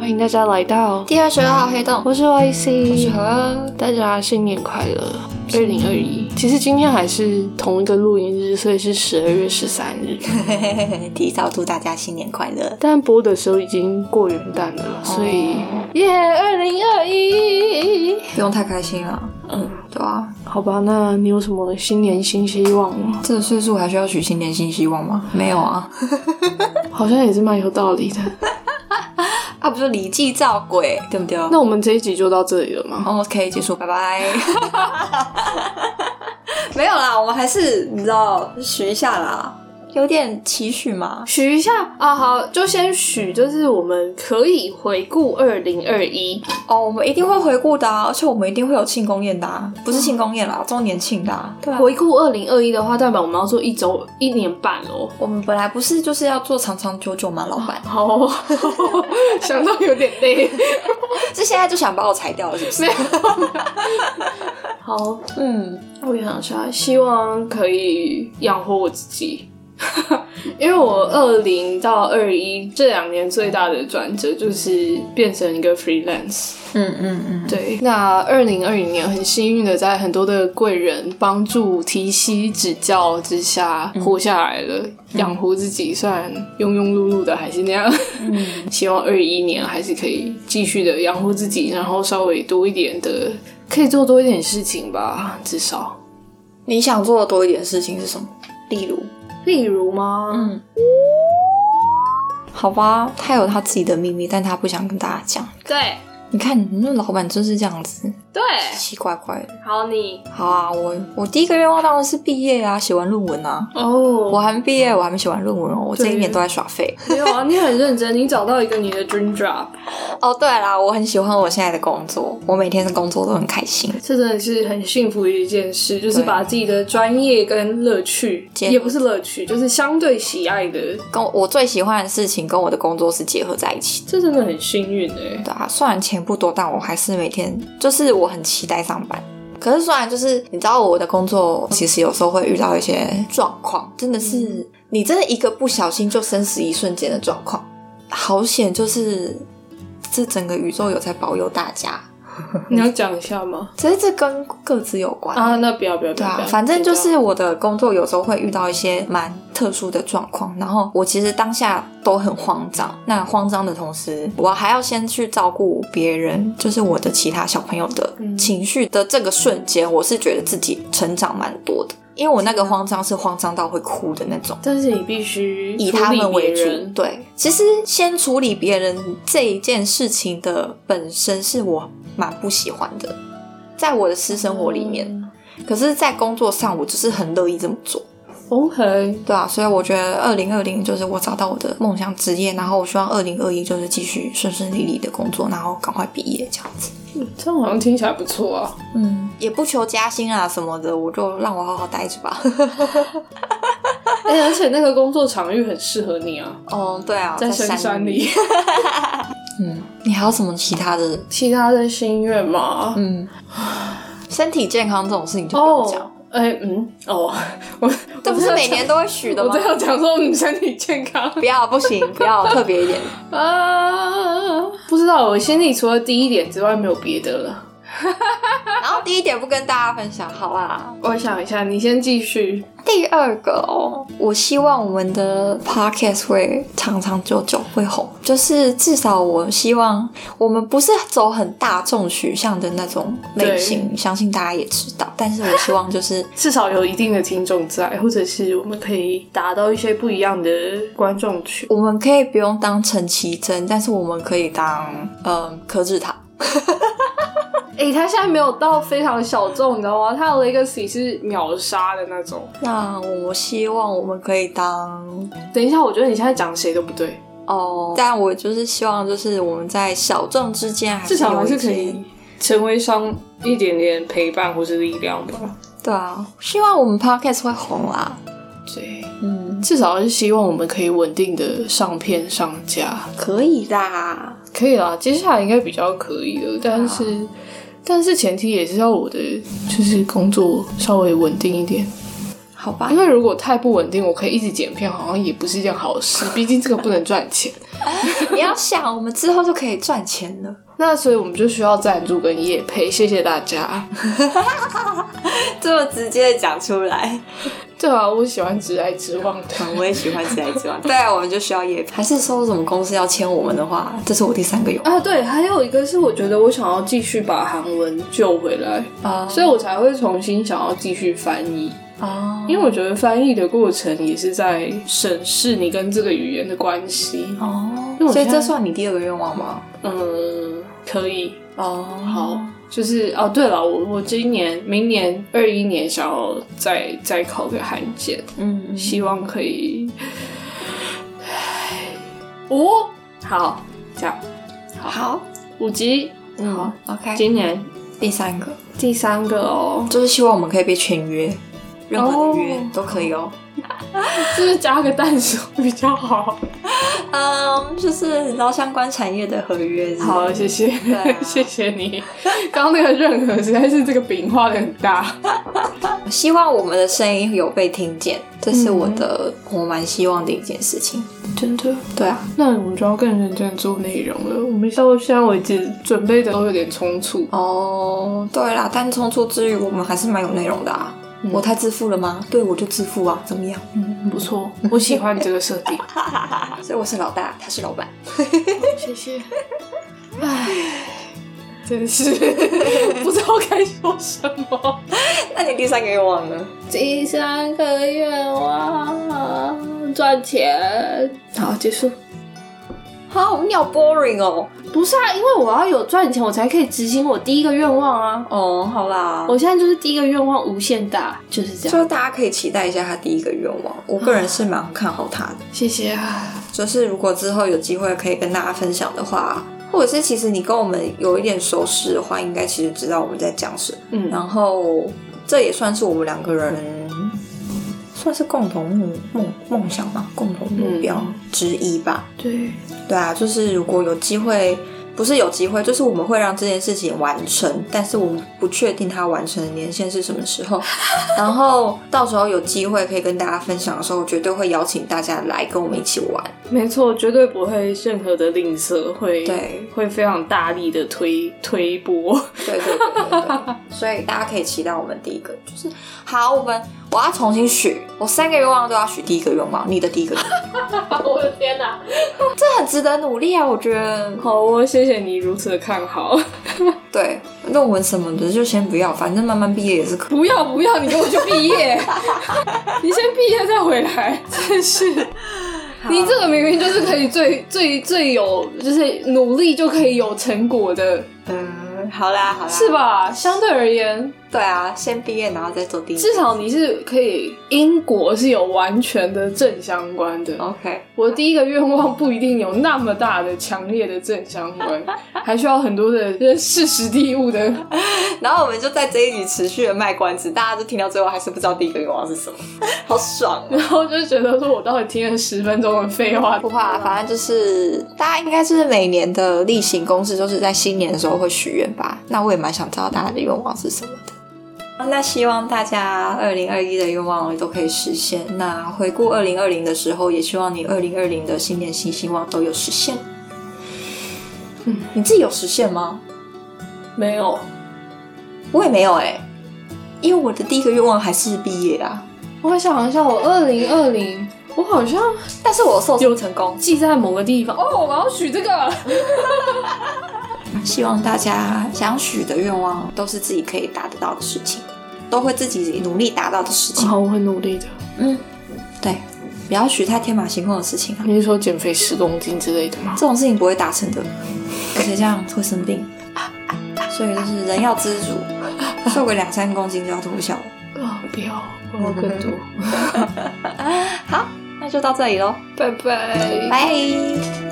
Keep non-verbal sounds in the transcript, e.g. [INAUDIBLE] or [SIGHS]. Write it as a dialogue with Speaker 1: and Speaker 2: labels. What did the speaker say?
Speaker 1: 欢迎大家来到
Speaker 2: 第二十二号黑 [LAUGHS] 洞，
Speaker 1: 我是 YC，
Speaker 2: 我是何二，
Speaker 1: 大家新年快乐，二零二一。其实今天还是同一个录音日，所以是十二月十三日，
Speaker 2: 提早祝大家新年快乐。
Speaker 1: 但播的时候已经过元旦了，所以耶，二零二一。
Speaker 2: 不用太开心了，
Speaker 1: 嗯，
Speaker 2: 对啊，
Speaker 1: 好吧，那你有什么新年新希望吗？
Speaker 2: 这个岁数还需要许新年新希望吗？没有啊，
Speaker 1: 好像也是蛮有道理 [LAUGHS] 的。
Speaker 2: 啊不是李记造鬼，对不对？
Speaker 1: 那我们这一集就到这里了吗？
Speaker 2: OK，结束，拜拜。 [LAUGHS] 没有啦，我们还是你知道许一下啦，有点期许嘛。
Speaker 1: 许一下啊，好，就先许，就是我们可以回顾二零二一。
Speaker 2: 哦，我们一定会回顾的、啊，而且我们一定会有庆功宴的、啊，不是庆功宴啦，周年庆的、啊。对啊，
Speaker 1: 回顾二零二一的话，代表我们要做一周一年半哦。
Speaker 2: 我们本来不是就是要做长长久久吗？老板，
Speaker 1: 好、 [LAUGHS] 哦，想到有点累。
Speaker 2: 这现在就想把我裁掉了，是不是？
Speaker 1: 好，
Speaker 2: 嗯，
Speaker 1: 我想一下，希望可以养活我自己， [LAUGHS] 因为我二零到二一这两年最大的转折就是变成一个 freelance。
Speaker 2: 嗯嗯嗯，
Speaker 1: 对，那二零二零年很幸运的，在很多的贵人帮助、提携、指教之下，活下来了，养活自己。虽然庸庸碌碌的还是那样，希望二一年还是可以继续的养活自己，然后稍微多一点的，可以做多一点事情吧，至少。
Speaker 2: 你想做的多一点事情是什么？例如，
Speaker 1: 例如吗？
Speaker 2: 嗯好吧，他有他自己的秘密，但他不想跟大家讲。
Speaker 1: 对
Speaker 2: 你看，你那老板真是这样子，
Speaker 1: 对，
Speaker 2: 奇奇怪怪的。
Speaker 1: 好你
Speaker 2: 好啊，我我第一个愿望当然是毕业啊，写完论文啊。
Speaker 1: 哦
Speaker 2: 我还没毕业，我还没写完论文哦，我这一
Speaker 1: 对
Speaker 2: 年都在耍废。
Speaker 1: 没有啊，你很认真，你找到一个你的 dream job，
Speaker 2: 哦，对啦，我很喜欢我现在的工作，我每天的工作都很开心。
Speaker 1: 这真的是很幸福的一件事，就是
Speaker 2: 对啊
Speaker 1: 把自己的专业跟乐趣，
Speaker 2: 结合
Speaker 1: 也不是乐趣，就是相对喜爱的，
Speaker 2: 跟我我最喜欢的事情跟我的工作是结合在一起的。
Speaker 1: 这真的很幸运哎、
Speaker 2: 对啊，虽然钱不多，但我还是每天就是我很期待上班。可是虽然就是你知道我的工作，其实有时候会遇到一些状况，真的是你真的一个不小心就生死一瞬间的状况。好险，就是这整个宇宙有在保佑大家，嗯
Speaker 1: 你要讲一下吗？
Speaker 2: 只是这跟个资有关。
Speaker 1: 啊，那不要不要不
Speaker 2: 对
Speaker 1: 要，
Speaker 2: 啊
Speaker 1: 不要，
Speaker 2: 反正就是我的工作有时候会遇到一些蛮特殊的状况，然后我其实当下都很慌张。那慌张的同时，我还要先去照顾别人，就是我的其他小朋友的
Speaker 1: 嗯
Speaker 2: 情绪的这个瞬间，我是觉得自己成长蛮多的，因为我那个慌张是慌张到会哭的那种。
Speaker 1: 但是你必须
Speaker 2: 以他们
Speaker 1: 处
Speaker 2: 为
Speaker 1: 理别
Speaker 2: 主
Speaker 1: 人，
Speaker 2: 对，其实先处理别人这一件事情的本身是我蛮不喜欢的，在我的私生活里面，
Speaker 1: 嗯
Speaker 2: 可是，在工作上，我就是很乐意这么做，
Speaker 1: ，OK，
Speaker 2: 对啊，所以我觉得二零二零就是我找到我的梦想职业，然后我希望二零二一就是继续顺顺利利的工作，然后赶快毕业这样子。
Speaker 1: 这样好像听起来不错
Speaker 2: [LAUGHS]
Speaker 1: 啊。
Speaker 2: 嗯，也不求加薪啊什么的，我就让我好好待着吧。
Speaker 1: 哎，而且那个工作场域很适合你啊，
Speaker 2: [LAUGHS] 哦，对啊，
Speaker 1: 在深
Speaker 2: 山
Speaker 1: 山里。 [LAUGHS]
Speaker 2: 嗯，你还有什么其他的？
Speaker 1: 其他的心愿吗？
Speaker 2: 嗯，身体健康这种事情就不用讲，
Speaker 1: 哦，哎、嗯，哦， [LAUGHS] 我
Speaker 2: 这不是每年都会许的
Speaker 1: 我
Speaker 2: 吗
Speaker 1: 都？要讲说，嗯，身体健康。
Speaker 2: 不要，不行，不要特别一点。
Speaker 1: 啊，不知道，我心里除了第一点之外没有别的了。
Speaker 2: 然后第一点不跟大家分享，好啦。
Speaker 1: 我想一下，你先继续。
Speaker 2: 第二个哦，我希望我们的 podcast 会长长久久会红，就是至少我希望我们不是走很大众取向的那种类型，相信大家也知道。但是我希望就是。
Speaker 1: 至少有一定的听众在，或者是我们可以达到一些不一样的观众群
Speaker 2: 我们可以不用当陈绮贞，但是我们可以当嗯柯志堂。
Speaker 1: 哎、他现在没有到非常小众，你知道吗？他的 legacy 是秒杀的那种。
Speaker 2: 那我希望我们可以当
Speaker 1: 等一下，我觉得你现在讲谁都不对，
Speaker 2: 哦，但我就是希望就是我们在小众之间还
Speaker 1: 至
Speaker 2: 是
Speaker 1: 少还
Speaker 2: 有
Speaker 1: 是
Speaker 2: 一
Speaker 1: 可
Speaker 2: 些
Speaker 1: 以成为上一点点陪伴或是力量吧。
Speaker 2: 对啊，希望我们 podcast 会红啦。
Speaker 1: 对，
Speaker 2: 嗯，
Speaker 1: 至少是希望我们可以稳定的上片上架。
Speaker 2: 可以啦。
Speaker 1: 可以啦，接下来应该比较可以了，但是、但是前提也是要我的就是工作稍微稳定一点。
Speaker 2: 好吧
Speaker 1: 因，为如果太不稳定，我可以一直剪片，好像也不是一件好 [LAUGHS] 事，毕竟这个不能赚钱。
Speaker 2: 你要想，我们之后就可以赚钱了。
Speaker 1: 那所以我们就需要赞助跟业配，谢谢大家。 [LAUGHS]
Speaker 2: 这么直接的讲出来，
Speaker 1: 对啊，我喜欢直来直往的。
Speaker 2: 我也喜欢直来直往。 [LAUGHS] 对啊，我们就需要也还是说什么公司要签我们的话，这是我第三个有
Speaker 1: 啊，对，还有一个是我觉得我想要继续把韩文救回来，
Speaker 2: [LAUGHS] 啊
Speaker 1: 所以我才会重新想要继续翻译，
Speaker 2: 啊
Speaker 1: 因为我觉得翻译的过程也是在审视你跟这个语言的关系。
Speaker 2: 哦
Speaker 1: 因为我
Speaker 2: 所以
Speaker 1: 现在
Speaker 2: 这算你第二个愿望吗？
Speaker 1: 嗯，可以，
Speaker 2: 哦，
Speaker 1: 好，就是哦，对了，我我今年、明年二一年想要再再考个汉检，
Speaker 2: 嗯，嗯
Speaker 1: 希望可以。哦， [SIGHS] 好，这样
Speaker 2: 好，
Speaker 1: 五级，好
Speaker 2: 嗯，OK，
Speaker 1: 今年
Speaker 2: 第三个
Speaker 1: 第三个哦， [LAUGHS]
Speaker 2: 就是希望我们可以被全约，任何的约
Speaker 1: 哦
Speaker 2: 都可以哦。
Speaker 1: 就是加个蛋手 [LAUGHS] 比较好。
Speaker 2: 嗯，就是然后相关产业的合约。
Speaker 1: 好，谢谢，
Speaker 2: 啊
Speaker 1: [LAUGHS] 谢谢你。刚刚那个任何实在是这个饼画的很大，
Speaker 2: 希望我们的声音有被听见，这是我的、我蛮希望的一件事情。
Speaker 1: 真的。
Speaker 2: 对啊，
Speaker 1: 那我们就要更认真做内容了。我们到现在为止准备的都有点匆促，
Speaker 2: 哦，对啦，但冲突之余，我们还是蛮有内容的啊。我太自负了吗？对，我就自负啊，怎么样？
Speaker 1: 嗯，不错，我喜欢你这个设定，
Speaker 2: 所以我是老大，他是老板。
Speaker 1: [LAUGHS]
Speaker 2: [LAUGHS]
Speaker 1: 谢谢。唉，真是 [LAUGHS] 不知道该说什么。
Speaker 2: 那你第三个愿望呢？
Speaker 1: 第三个愿望，赚钱。好，结束。
Speaker 2: 好，啊你好 boring 哦。
Speaker 1: 不是啊，因为我要有赚钱，我才可以执行我第一个愿望啊。
Speaker 2: 哦，好啦，
Speaker 1: 我现在就是第一个愿望无限大，就是这样。
Speaker 2: 就大家可以期待一下他第一个愿望。我个人是蛮看好他的，
Speaker 1: 谢谢啊。
Speaker 2: 就是如果之后有机会可以跟大家分享的话，或者是其实你跟我们有一点熟识的话，应该其实知道我们在讲什么。
Speaker 1: 嗯
Speaker 2: 然后这也算是我们两个人算是共同目梦梦想吧，共同目标之一吧。
Speaker 1: 对，
Speaker 2: 对啊，就是如果有机会，不是有机会，就是我们会让这件事情完成，但是我们不确定它完成的年限是什么时候。然后到时候有机会可以跟大家分享的时候，我绝对会邀请大家来跟我们一起玩。
Speaker 1: 没错，绝对不会任何的吝啬，会
Speaker 2: 对
Speaker 1: 会非常大力的推推波。
Speaker 2: 对对对对对， [LAUGHS] 所以大家可以期待我们第一个就是好，我们我要重新许，我三个愿望都要许第一个愿望，你的第一个愿 [LAUGHS] 望，
Speaker 1: [LAUGHS] 我的天哪、
Speaker 2: 这很值得努力啊，我觉得。
Speaker 1: 好哦，谢谢你如此的看好。
Speaker 2: 对，论文什么的就先不要，反正慢慢毕业也是可以。
Speaker 1: 不要不要，你给我去毕 [LAUGHS] 业，你先毕业再回来，真是。你这个明明就是可以最最最有，就是努力就可以有成果的，
Speaker 2: 嗯，好啦好啦，
Speaker 1: 是？吧？相对而言，
Speaker 2: 对啊，先毕业然后再做第一
Speaker 1: 至少你是可以因果是有完全的正相关的。
Speaker 2: OK，
Speaker 1: 我第一个愿望不一定有那么大的、强烈的正相关，还需要很多的就是事实地物的。
Speaker 2: 然后我们就在这一集持续的卖关子，大家就听到最后还是不知道第一个愿望是什么， [LAUGHS] 好爽啊！
Speaker 1: 然后就觉得说我到底听了十分钟的废话
Speaker 2: 不，怕，反正就是大家应该就是每年的例行公事，就是在新年的时候会许愿吧。那我也蛮想知道大家的愿望是什么的。那希望大家二零二一的愿望都可以实现。那回顾二零二零的时候，也希望你二零二零的新年新希望都有实现。嗯，你自己有实现吗？
Speaker 1: 没有。
Speaker 2: 我也没有哎、因为我的第一个愿望还是毕业啊，
Speaker 1: 我想一下，我二零二零，我好像
Speaker 2: 但是我瘦身成功。
Speaker 1: 记在某个地方。哦，我要许这个。
Speaker 2: 希望大家想许的愿望都是自己可以达得到的事情，都会自己努力达到的事情。
Speaker 1: 好，哦我会努力的。
Speaker 2: 嗯，对，不要许太天马行空的事情啊，
Speaker 1: 你是说减肥十公斤之类的吗？
Speaker 2: 这种事情不会达成的，而且这样会生病。所以就是人要知足，瘦个两三公斤就要脱销。
Speaker 1: 啊，不要，我要更多。
Speaker 2: 好，那就到这里喽，
Speaker 1: 拜拜。
Speaker 2: 拜。